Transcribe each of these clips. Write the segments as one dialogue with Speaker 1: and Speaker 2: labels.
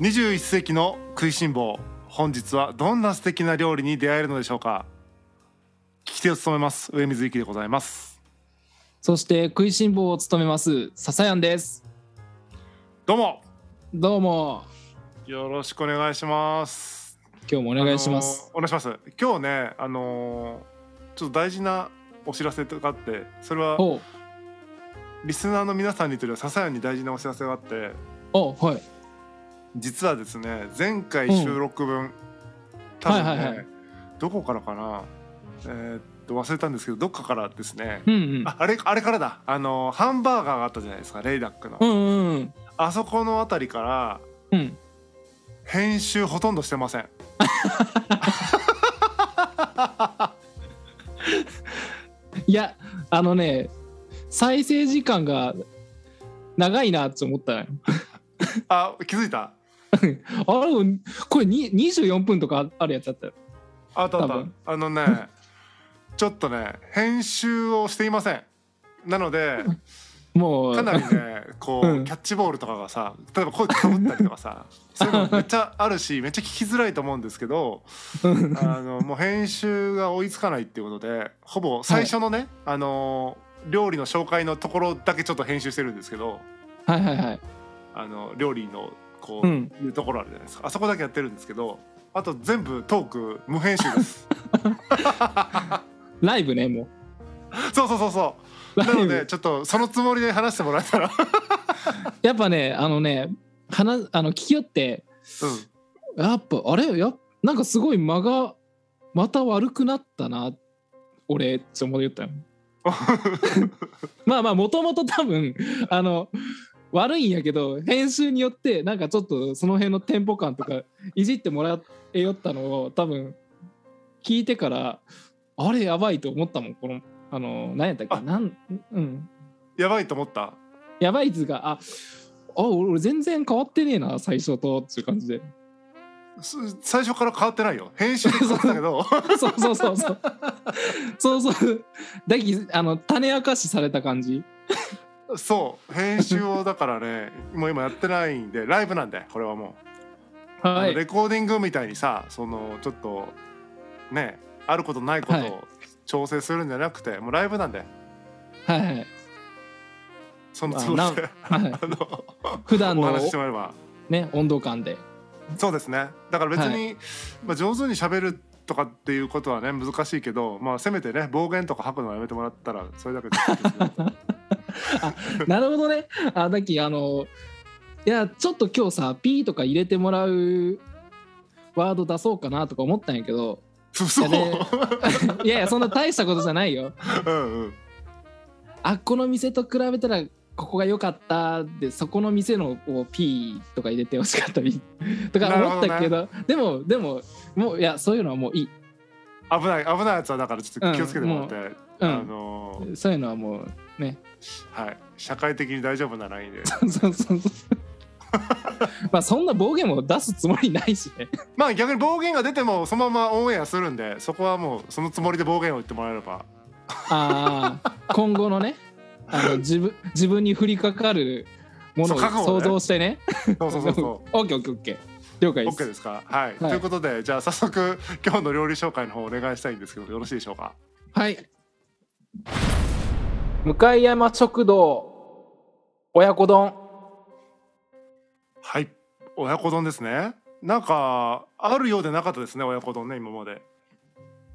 Speaker 1: 21世紀の食いしん坊本日はどんな素敵な料理に出会えるのでしょうか聞き手を務めます上水幸でございます
Speaker 2: そして食いしん坊を務めます笹谷です
Speaker 1: どうも
Speaker 2: どうも
Speaker 1: よろしくお願いします
Speaker 2: 今日もお願いします、
Speaker 1: あのーお願いします今日ねあのーちょっと大事なお知らせとかあってそれは
Speaker 2: おう
Speaker 1: リスナーの皆さんにとっては笹谷に大事なお知らせがあって
Speaker 2: おうはい
Speaker 1: 実はですね前回収録分、多分ね、
Speaker 2: はいはいはい
Speaker 1: どこからかなえーっと忘れたんですけどどっかからですね、
Speaker 2: うんう ん
Speaker 1: ああれあれからだあのハンバーガーがあったじゃないですかレイダックの、
Speaker 2: うんうん
Speaker 1: あそこのあたりから
Speaker 2: うん
Speaker 1: 編集ほとんどしてません
Speaker 2: いやあのね再生時間が長いなって思ったよ
Speaker 1: あ気づいた
Speaker 2: あれこれに24分とかあるやつだったよ
Speaker 1: ああったあった
Speaker 2: 多分
Speaker 1: あのねちょっとね編集をしていませんなので
Speaker 2: もう
Speaker 1: かなりねこう、
Speaker 2: うん
Speaker 1: キャッチボールとかがさ例えば声かぶったりとか さそういうのめっちゃあるしめっちゃ聞きづらいと思うんですけどあのもう編集が追いつかないっていうことでほぼ最初のね、あの料理の紹介のところだけちょっと編集してるんですけど
Speaker 2: はいはいはい
Speaker 1: あの料理のこう、
Speaker 2: うん
Speaker 1: いうところあるじゃないですかあそこだけやってるんですけどあと全部トーク無編集です
Speaker 2: ライブねも
Speaker 1: そうそうそうそうう
Speaker 2: ライ
Speaker 1: な
Speaker 2: ブ
Speaker 1: のでちょっとそのつもりで話してもらえたら、
Speaker 2: やっぱねあのね話あの聞きよって
Speaker 1: う
Speaker 2: やっぱあれやっなんかすごい間がまた悪くなったな俺って思いよったよまあまあもともと多分あの悪いんやけど編集によってなんかちょっとその辺のテンポ感とかいじってもらえよったのを多分聞いてからあれやばいと思ったもんこのあの何やったっ
Speaker 1: あ
Speaker 2: けなんうん
Speaker 1: ん、やばいと思った
Speaker 2: やばいっつうかああ俺俺全然変わってねえな最初とっていう感じです
Speaker 1: 最初から変わってないよ編集で変わったけど
Speaker 2: そうそうそうそう。そうそう。だき、あの、種明かしされた感じ。
Speaker 1: そう編集をだからねもう今やってないんでライブなんでこれはもう、
Speaker 2: は
Speaker 1: あのレ
Speaker 2: い。
Speaker 1: コーディングみたいにさそのちょっとねあることないこと
Speaker 2: はい
Speaker 1: を調整するんじゃなくて、もうライブなんで
Speaker 2: はいはい。
Speaker 1: そのつもりで
Speaker 2: あな
Speaker 1: あの
Speaker 2: 普段
Speaker 1: お
Speaker 2: の
Speaker 1: 話ししてもらえれば
Speaker 2: ね、温度感で。
Speaker 1: そうですねだから別に、
Speaker 2: は
Speaker 1: まあ、上手にしゃべるとかっていうことはね難しいけど、まあ、せめてね暴言とか吐くのはやめてもらったらそれだけで
Speaker 2: なるほどね。あ、だき、あの、いや、ちょっと今日さ、ピーとか入れてもらうワード出そうかなとか思ったんやけど、
Speaker 1: そうそう、
Speaker 2: いやねいやいや、そんな大したことじゃないよ。
Speaker 1: うんうん
Speaker 2: あ、この店と比べたら、ここが良かったでそこの店のを P とか入れてほしかったりとか思ったけどでもでももういやそういうのはもういい、
Speaker 1: 危ない危ないやつはだからちょっと気をつけてもらって、
Speaker 2: う
Speaker 1: あ
Speaker 2: ん、
Speaker 1: のー
Speaker 2: そういうのはもう ね
Speaker 1: はい、社会的に大丈夫なラインで
Speaker 2: そうそうそうまあそんな暴言も出すつもりないしね
Speaker 1: まあ逆に暴言が出てもそのままオンエアするんでそこはもうそのつもりで暴言を言ってもらえれば
Speaker 2: ああ今後のねあの自分自分に降りかかるものを
Speaker 1: そう覚悟ね
Speaker 2: 想像してね
Speaker 1: そうそう そうそ
Speaker 2: オッケーオッケーオッケー了解
Speaker 1: う
Speaker 2: で
Speaker 1: OK
Speaker 2: す
Speaker 1: ですかはい、ということでじゃあ早速今日の料理紹介の方お願いしたいんですけどよろしいでしょうか
Speaker 2: はい向山食堂親子丼
Speaker 1: はい親子丼ですねなんかあるようでなかったですね親子丼ね今まで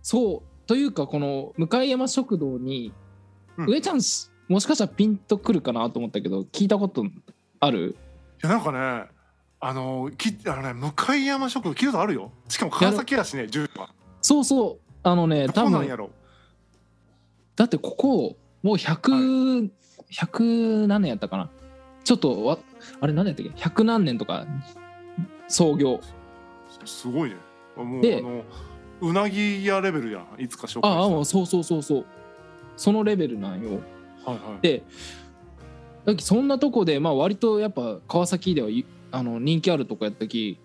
Speaker 2: そうというかこの向山食堂に、
Speaker 1: うん
Speaker 2: 上ちゃんしもしかしたらピンとくるかなと思ったけど聞いたことある
Speaker 1: いやなんかねあのきあのね向山食堂聞いたことあるよしかも川崎やしね住所は
Speaker 2: そうそうあのね
Speaker 1: ど
Speaker 2: 多
Speaker 1: こなん
Speaker 2: 分
Speaker 1: やろ
Speaker 2: だってここもう100、100何年やったかなちょっとわあれ何年やったっけ100何年とか創業
Speaker 1: すごいねもう
Speaker 2: で
Speaker 1: あのうなぎ屋レベルやんいつか紹介した
Speaker 2: ああそうそうそうそうそのレベルなんよ
Speaker 1: はいはい
Speaker 2: でだっきそんなとこでまあ割とやっぱ川崎ではいあの人気あるとこやったき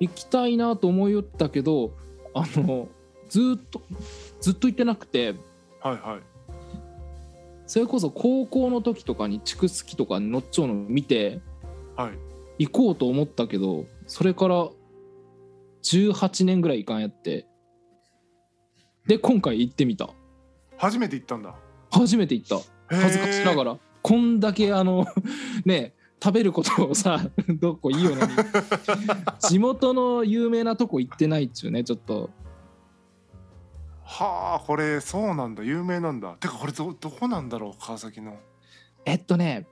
Speaker 2: 行きたいなと思いよったけどあのずーっとずっと行ってなくて
Speaker 1: はいはい
Speaker 2: それこそ高校の時とかに筑好きとかに乗っちょうの見て
Speaker 1: はい
Speaker 2: 行こうと思ったけどそれから18年ぐらい行かんやってで今回行ってみた
Speaker 1: 初めて行ったんだ
Speaker 2: 初めて行った恥ずかしなが
Speaker 1: ら
Speaker 2: らこんだけあの ね食べることをさ どこいいよのに地元の有名なとこ行ってないっちゅうねちょっと
Speaker 1: はあこれそうなんだ有名なんだてかこれどどこなんだろう川崎の
Speaker 2: えっとね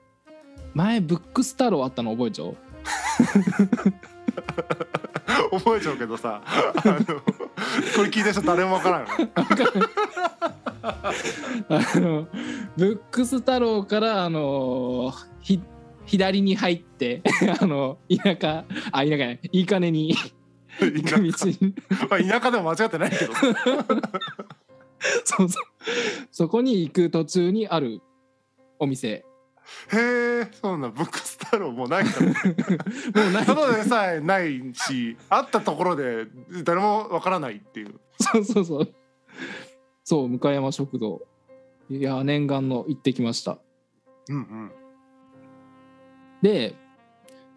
Speaker 2: 前ブックス太郎あったの覚えちゃう
Speaker 1: 覚えちゃうけどさあのこれ聞いた人誰もわからんよね
Speaker 2: あのブックス太郎からあのひ左に入って あの田舎あ田舎じゃないいい金に行く道
Speaker 1: まあ田舎でも間違ってないけど
Speaker 2: そうそうそこに行く途中にあるお店
Speaker 1: へえそうなんだブックスタローもうないんだね
Speaker 2: もうない
Speaker 1: ただでさえないし会ったところで誰もわからないっていう
Speaker 2: そうそうそう。そう、向山食堂。いや、念願の行ってきました。
Speaker 1: うんうん
Speaker 2: で、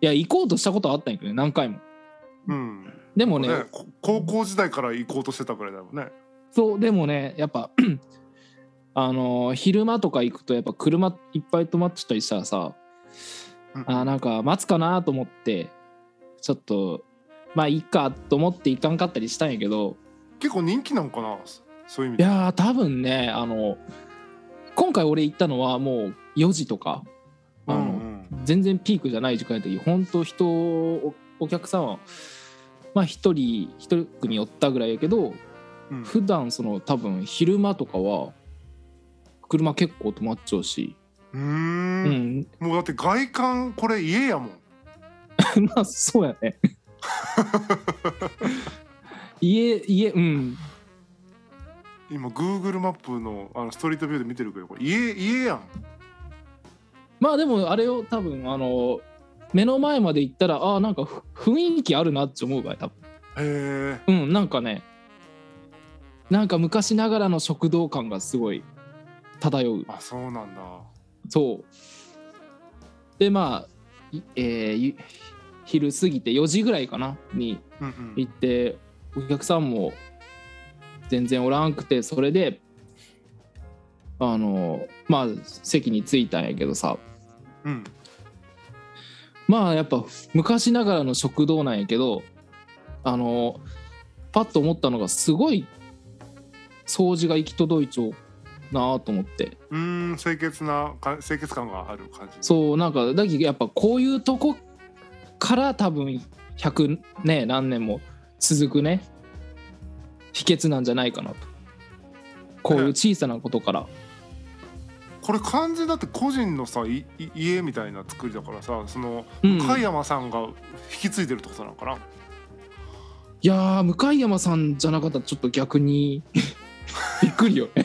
Speaker 2: いや、行こうとしたことはあったんやけどね、何回も。
Speaker 1: うん、
Speaker 2: でもね、
Speaker 1: ねこ高校時代から行こうとしてたぐらいだもんね
Speaker 2: そう、でもね、やっぱ、 あのー昼間とか行くと、やっぱ車いっぱい止まってたりしたらさ、
Speaker 1: うん
Speaker 2: あーなんか待つかなと思って、ちょっと、まあ、いいかと思って行かんかったりしたんやけど、
Speaker 1: 結構人気なんかなそそういう意味
Speaker 2: い
Speaker 1: で
Speaker 2: やー、多分ね、あの、今回俺行ったのはもう4時とか、あ
Speaker 1: う
Speaker 2: の、
Speaker 1: んうん
Speaker 2: 全然ピークじゃない時間やった時本当人おお客さんはまあ一人一組寄ったぐらいやけど
Speaker 1: うん
Speaker 2: 普段その多分昼間とかは車結構止まっちゃうし、
Speaker 1: う
Speaker 2: う
Speaker 1: ーん
Speaker 2: ん、
Speaker 1: もうだって外観これ家やもん
Speaker 2: まあそうや ね家家うん
Speaker 1: 今 Google マップのあのストリートビューで見てるけどこれ家家やん
Speaker 2: まあでもあれを多分あの目の前まで行ったらああんかふ雰囲気あるなって思うわよ多分
Speaker 1: へえ
Speaker 2: うんなんかねなんか昔ながらの食堂感がすごい漂う
Speaker 1: あそうなんだ
Speaker 2: そうでまあ、いえーゆ昼過ぎて4時ぐらいかなに
Speaker 1: うんうん
Speaker 2: 行ってお客さんも全然おらんくてそれであのまあ席に着いたんやけどさ
Speaker 1: うん
Speaker 2: まあやっぱ昔ながらの食堂なんやけどあのパッと思ったのがすごい掃除が行き届いちゃうなと思って
Speaker 1: うーん清潔なか清潔感がある感じ
Speaker 2: そうなんかだけどやっぱこういうとこから多分100ね何年も続くね秘訣なんじゃないかなとこういう小さなことから
Speaker 1: これ完全だって個人のさいい家みたいな作りだからさその
Speaker 2: うん
Speaker 1: 加山さんが引き継いでるってことなのかな、
Speaker 2: いやー向山さんじゃなかったらちょっと逆に びっくりよね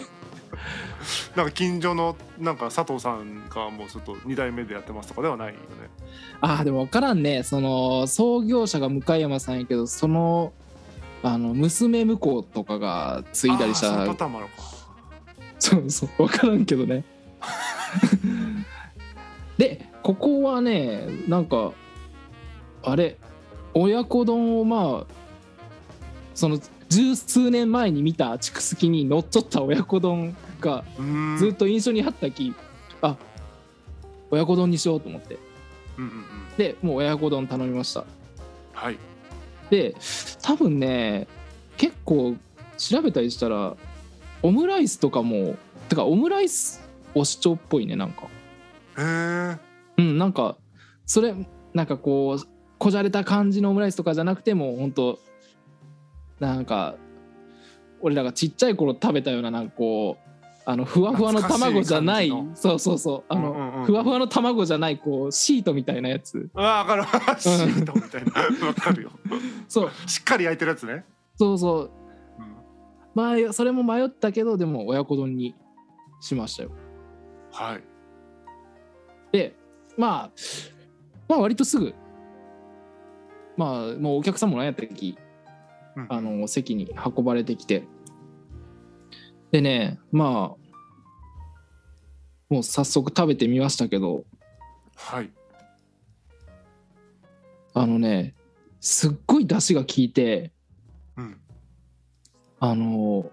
Speaker 1: なんか近所のなんか佐藤さんがもうちょっと2代目でやってますとかではないよね
Speaker 2: ああでも分からんねその創業者が向山さんやけどそのあの娘婿とかが継いだりし
Speaker 1: あーそ
Speaker 2: た
Speaker 1: のパターンもあるのか
Speaker 2: そうそう分からんけどね でここはねなんかあれ親子丼をまあその十数年前に見た筑すきに乗っ取った親子丼が
Speaker 1: うーん
Speaker 2: ずっと印象にあったき、あ親子丼にしようと思って
Speaker 1: うんうんうん
Speaker 2: でもう親子丼頼みました
Speaker 1: はい
Speaker 2: で多分ね結構調べたりしたらオムライスとかもてかオムライスお主張っぽいねなんか
Speaker 1: へえ
Speaker 2: うんなんかそれなんかこうこじゃれた感じのオムライスとかじゃなくてもうほんとなんか俺らがちっちゃい頃食べたようななんかこうあのふわふわの卵じゃない
Speaker 1: 懐
Speaker 2: そうそうそうあの、
Speaker 1: うんうんうん
Speaker 2: ふわふわの卵じゃないこうシートみたいなやつ
Speaker 1: うわ分かるシートみたいなわかるよ
Speaker 2: そう
Speaker 1: しっかり焼いてるやつね、
Speaker 2: そうそう
Speaker 1: うん
Speaker 2: まあそれも迷ったけどでも親子丼にしましたよ
Speaker 1: はい
Speaker 2: でまあまあ割とすぐまあもうお客さんもなんやった時
Speaker 1: うん
Speaker 2: あの席に運ばれてきてでねまあもう早速食べてみましたけど
Speaker 1: はい
Speaker 2: あのねすっごい出汁が効いて
Speaker 1: うん
Speaker 2: あの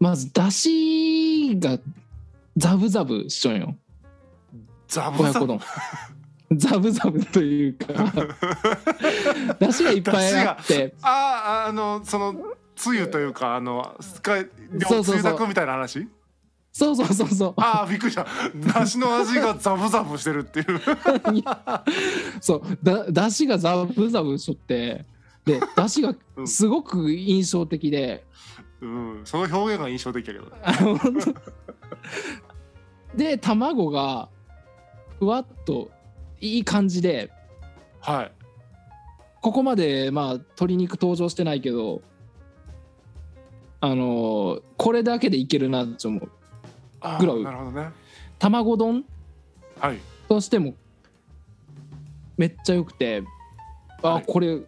Speaker 2: まず出汁がザブザブしちょんよ
Speaker 1: ザブ
Speaker 2: 親
Speaker 1: ザ
Speaker 2: 子
Speaker 1: ブ
Speaker 2: 丼 ザブザブというか出汁がいっぱいあって
Speaker 1: あああのそのつゆというかあのか
Speaker 2: そ
Speaker 1: 両
Speaker 2: うそうそう
Speaker 1: つゆだくみたいな話
Speaker 2: そうそうそうそう
Speaker 1: ああびっくりした梨の味がザブザブしてるっていう
Speaker 2: そうだ出汁がザブザブしとってで出汁
Speaker 1: う
Speaker 2: が
Speaker 1: ん
Speaker 2: すごく印象的で、
Speaker 1: うんその表現が印象的やけど
Speaker 2: あので卵がふわっといい感じで
Speaker 1: はい
Speaker 2: ここまでまあ鶏肉登場してないけどあのーこれだけでいけるなって思う
Speaker 1: あー
Speaker 2: グラウ
Speaker 1: なるほどね
Speaker 2: 卵丼
Speaker 1: はい
Speaker 2: としてもめっちゃ良くてあ、
Speaker 1: はい
Speaker 2: これ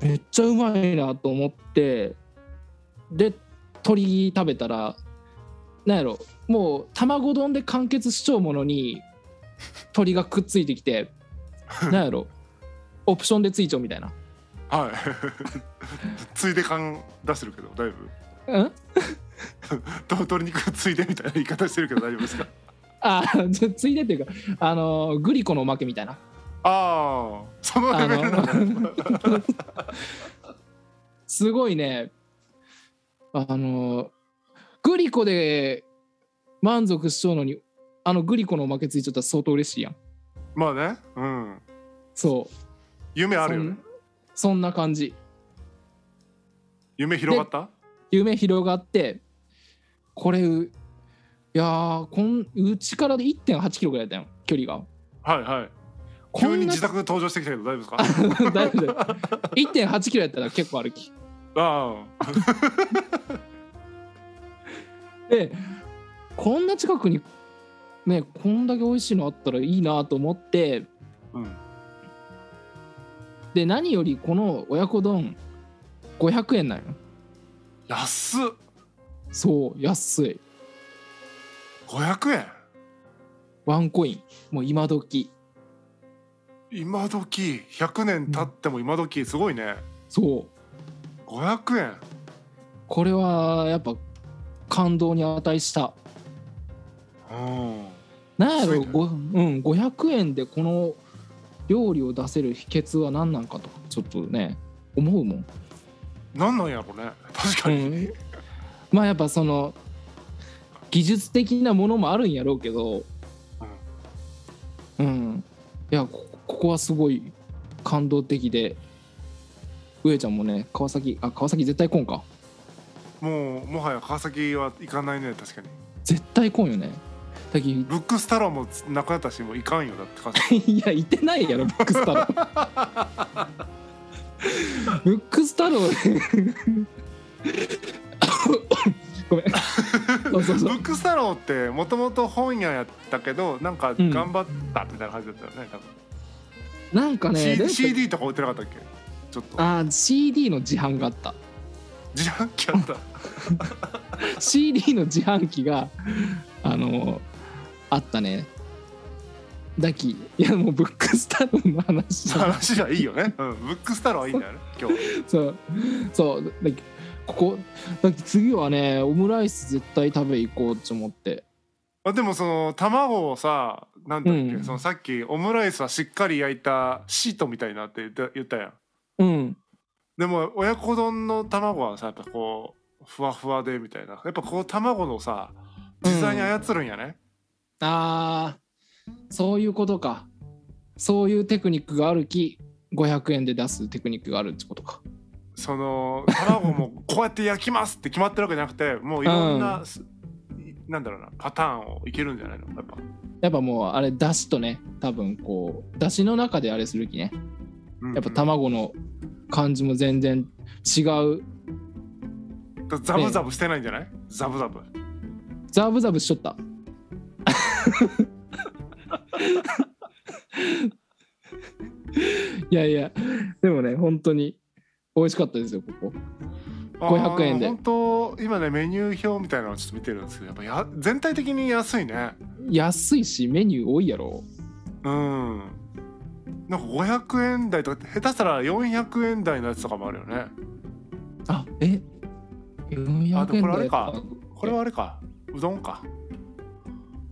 Speaker 2: めっちゃうまいなと思ってで鶏食べたらなんやろもう卵丼で完結しちゃうものに鶏がくっついてき てなんやろオプションでついちゃうみたいな。
Speaker 1: はい ついで感出してるけどだいぶ
Speaker 2: うん
Speaker 1: と鶏肉ついでみたいな言い方してるけど大丈夫ですか
Speaker 2: あつついでっていうかあのーグリコのおまけみたいな
Speaker 1: ああそのレベルなの
Speaker 2: すごいねあのーグリコで満足しちゃうのにあのグリコのおまけついちゃったら相当嬉しいやん
Speaker 1: まあねうん
Speaker 2: そう
Speaker 1: 夢あるよね
Speaker 2: そんそんな感じ
Speaker 1: 夢広がった
Speaker 2: 夢広がってこれういやーこんうちからで1 8キロぐらいだよ距離が
Speaker 1: はいはい
Speaker 2: こ
Speaker 1: 急に
Speaker 2: んな
Speaker 1: 自宅で登場してきたけど大丈夫です か
Speaker 2: だいぶだよ1 8キロやったら結構歩き
Speaker 1: ああ
Speaker 2: でこんな近くにねこんだけ美味しいのあったらいいなと思って
Speaker 1: うん
Speaker 2: で何よりこの親子丼500円なの
Speaker 1: 安っ
Speaker 2: そう安い
Speaker 1: 500円
Speaker 2: ワンコインもう今時
Speaker 1: 今時100年経っても今時すごいね
Speaker 2: そう
Speaker 1: 500円
Speaker 2: これはやっぱ感動に値した
Speaker 1: うん
Speaker 2: なんやろ、
Speaker 1: そう
Speaker 2: ごうん、500円でこの料理を出せる秘訣は何なんかとちょっとね思うもん
Speaker 1: なんなんやろうね確かに、
Speaker 2: うん、まあやっぱその技術的なものもあるんやろうけどうん、いやこここはすごい感動的で上ちゃんもね川崎あ川崎絶対来んか
Speaker 1: もうもはや川崎は行かないね確かに
Speaker 2: 絶対来んよねだけど
Speaker 1: ブックスタローもなくなったしもう行かんよだって川崎
Speaker 2: いやいてないやろブックスタロー ブックスタロ ーごめんそうそう
Speaker 1: ブ
Speaker 2: そう
Speaker 1: ックスタローってもともと本屋やったけどなんか
Speaker 2: うん
Speaker 1: 頑張ったみたいな感じだったよね多分、
Speaker 2: なんかね
Speaker 1: C
Speaker 2: レンタ
Speaker 1: CD とか置いてなかったっけちょっと
Speaker 2: あー CD の自販があった
Speaker 1: 自販機 あった
Speaker 2: CD の自販機があのあったねだきいやもうブックスタローの話じゃん
Speaker 1: 話はいいよね、うん、ブックスタローはいいんだよね今日
Speaker 2: そうそうだきここだき次はねオムライス絶対食べ行こうって思って
Speaker 1: あでもその卵をさなんだっけ、
Speaker 2: うん
Speaker 1: そのさっきオムライスはしっかり焼いたシートみたいなって言った言ったやん
Speaker 2: うん
Speaker 1: でも親子丼の卵はさやっぱこうふわふわでみたいなやっぱこう卵のさ自在に操るんやね、
Speaker 2: あーそういうことかそういうテクニックがあるき500円で出すテクニックがあるってことか
Speaker 1: その卵もこうやって焼きますって決まってるわけじゃなくてもういろんな、すなんだろうなパターンをいけるんじゃないのやっぱ
Speaker 2: やっぱもうあれだしとね多分こうだしの中であれするきね
Speaker 1: うん
Speaker 2: やっぱ卵の感じも全然違う
Speaker 1: だザブザブしてないんじゃないザブザブ
Speaker 2: ザブザブしとった いやいやでもね本当に美味しかったですよここ500円で
Speaker 1: あー本当今ねメニュー表みたいなのをちょっと見てるんですけどやっぱや全体的に安いね
Speaker 2: 安いしメニュー多いやろ
Speaker 1: うんなんか500円台とか下手したら400円台のやつとかもあるよね
Speaker 2: あえ400
Speaker 1: あでもこれあれか
Speaker 2: 円だよ
Speaker 1: これはあれかうどんか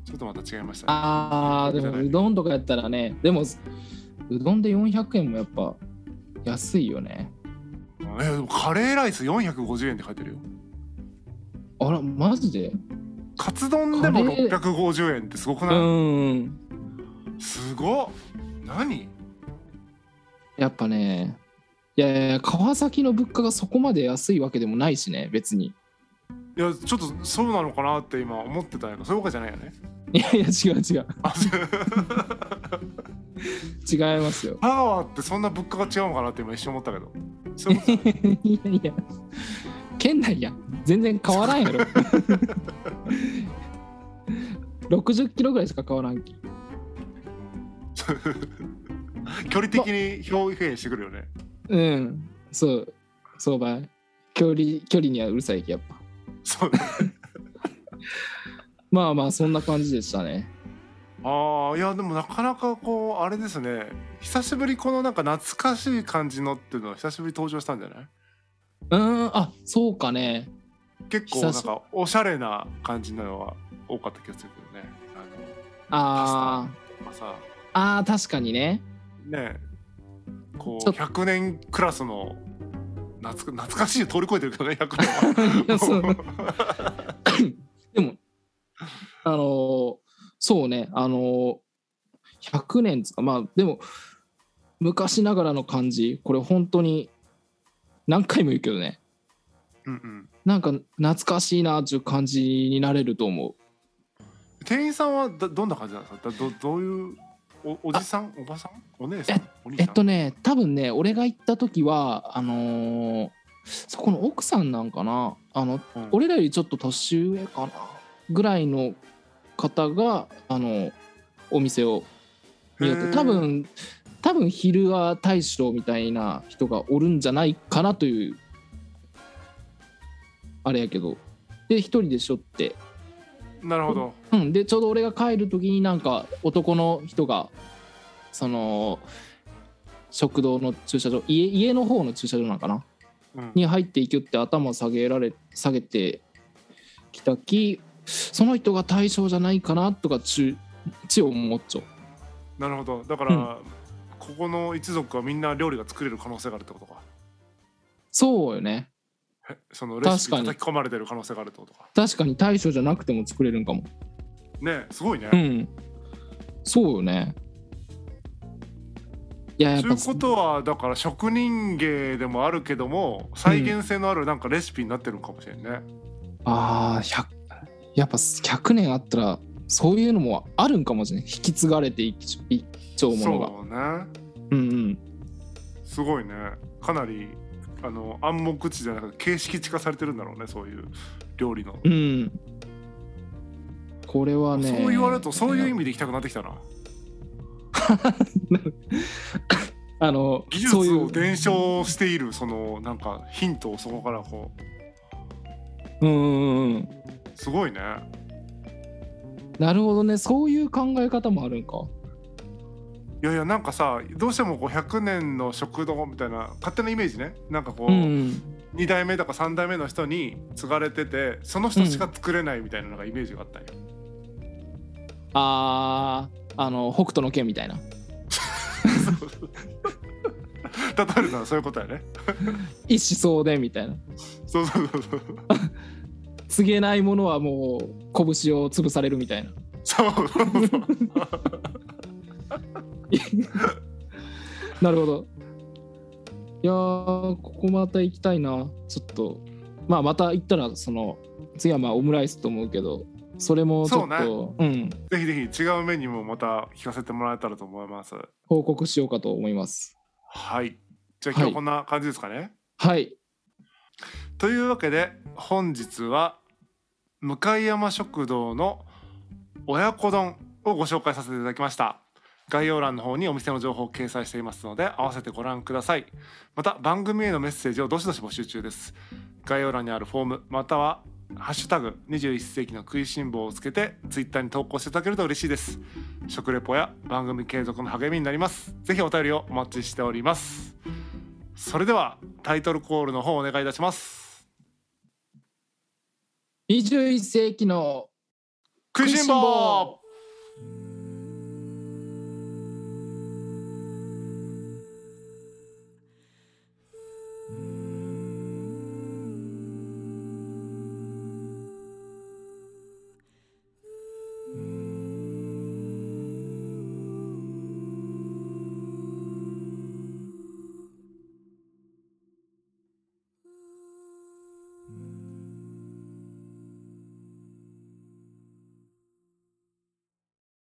Speaker 1: ちょっとまた違いましたね
Speaker 2: あーでもうどんとかやったらねでもうどんで400円もやっぱ安いよね
Speaker 1: えでもカレーライス450円って書いてるよ
Speaker 2: あらマジで
Speaker 1: カツ丼でも
Speaker 2: カレー
Speaker 1: 650円ってすごく
Speaker 2: う
Speaker 1: ない、
Speaker 2: ん
Speaker 1: すごっ何
Speaker 2: やっぱねいやいやいや川崎の物価がそこまで安いわけでもないしね別に
Speaker 1: いやちょっとそうなのかなって今思ってたんやけどそういうわけじゃないよね
Speaker 2: いやいや違う違う
Speaker 1: あそう
Speaker 2: 違いますよ
Speaker 1: 香川ってそんな物価が違うのかなって今一瞬思ったけどそういうことじゃない
Speaker 2: いやいや県内やん全然変わらんやろ60キロぐらいしか変わらんき
Speaker 1: 距離的に表現してくるよね
Speaker 2: うんそうそうばい距離距離にはうるさいきやっぱ
Speaker 1: そう
Speaker 2: まあまあそんな感じでしたね
Speaker 1: ああいやでもなかなかこうあれですね久しぶりこのなんか懐かしい感じのっていうのは久しぶりに登場したんじゃないう
Speaker 2: ーんあそうかね
Speaker 1: 結構なん
Speaker 2: 久し
Speaker 1: かおしゃれな感じのは多かった気がするけどね
Speaker 2: あ
Speaker 1: あの、まあ、さ
Speaker 2: ーあー確かにね
Speaker 1: ねこ
Speaker 2: ち
Speaker 1: う
Speaker 2: ょっと
Speaker 1: 100年クラスの懐か懐かしいを通り越えてるけどね100
Speaker 2: いや そう
Speaker 1: 年は
Speaker 2: でも、あのーそうね、あのー100年ですか、まあ、でも、昔ながらの感じ、これ本当に何回も言うけどね、
Speaker 1: うん、うん、
Speaker 2: なんか懐かしいなっていう感じになれると思う。
Speaker 1: 店員さんはどどんな感じなんですかだどどういうおおじさんおばさんお姉さんお兄さ
Speaker 2: え
Speaker 1: ん
Speaker 2: っとね、多分ね、俺が行った時は、あのーそこの奥さんなんかな、あの、
Speaker 1: うん
Speaker 2: 俺らよりちょっと年上かな、ぐらいの方が、あの、お店をによっ
Speaker 1: へー
Speaker 2: て多分多分昼は大将みたいな人がおるんじゃないかなというあれやけどで一人でしょって、
Speaker 1: なるほど
Speaker 2: うん、でちょうど俺が帰る時になんか男の人がその食堂の駐車場家家の方の駐車場なんかな
Speaker 1: うん
Speaker 2: に入っていきよって頭下げられ下げてきたきその人が対象じゃないかなとかちゅちを思っちゃう
Speaker 1: なるほどだから、
Speaker 2: うん
Speaker 1: ここの一族はみんな料理が作れる可能性があるってことか
Speaker 2: そうよね
Speaker 1: へそのレシピ
Speaker 2: 確か
Speaker 1: に
Speaker 2: に
Speaker 1: 叩き込まれてる可能性があるってことか
Speaker 2: 確かに大将じゃなくても作れるんかも
Speaker 1: ねえすごいね、
Speaker 2: んそうよねいややっ
Speaker 1: とい
Speaker 2: ぱ
Speaker 1: うことはだから職人芸でもあるけども再現性のあるなんかレシピになってるのかもしれんね、
Speaker 2: ああ100やっぱ100年あったらそういうのもあるんかもしれない引き継がれていきいっちゃうものが
Speaker 1: そうね
Speaker 2: うんうん
Speaker 1: すごいねかなりあの暗黙知じゃなくて形式地化されてるんだろうねそういう料理の、
Speaker 2: うんこれはね
Speaker 1: そう言われるとそういう意味で行きたくなってきたな
Speaker 2: あの
Speaker 1: 技術
Speaker 2: そうい
Speaker 1: を
Speaker 2: う
Speaker 1: 伝承しているそのなんかヒントをそこからこう
Speaker 2: うんうんうん
Speaker 1: すごいね
Speaker 2: なるほどねそういう考え方もあるんか
Speaker 1: いやいやなんかさどうしてもこう100年の食堂みたいな勝手なイメージねなんかこう、
Speaker 2: うんうん
Speaker 1: 2代目とか3代目の人に継がれててその人しか作れないみたいなのがイメージがあったん よ、
Speaker 2: あああの北斗の拳みたいな
Speaker 1: 例えるならそういうことやね
Speaker 2: 一子相伝みたいな
Speaker 1: そうそうそうそう
Speaker 2: 告げないものはもう拳を潰されるみた いな
Speaker 1: そうそうそう
Speaker 2: なるほどいやーここまた行きたいなちょっとまあまた行ったらその次はまあオムライスと思うけどそれもちょっとう、ん、
Speaker 1: ぜひぜひ違うメニューもまた聞かせてもらえたらと思います
Speaker 2: 報告しようかと思います
Speaker 1: はいじゃあ今
Speaker 2: は
Speaker 1: 日
Speaker 2: い
Speaker 1: こんな感じですかね、
Speaker 2: はい
Speaker 1: というわけで本日は向山食堂の親子丼をご紹介させていただきました概要欄の方にお店の情報を掲載していますので合わせてご覧くださいまた番組へのメッセージをどしどし募集中です概要欄にあるフォームまたはハッシュタグ21世紀の食いしん坊をつけてツイッターに投稿していただけると嬉しいです食レポや番組継続の励みになりますぜひお便りをお待ちしておりますそれではタイトルコールの方お願いいたします
Speaker 2: 21世紀の
Speaker 1: 뭐 食いしん坊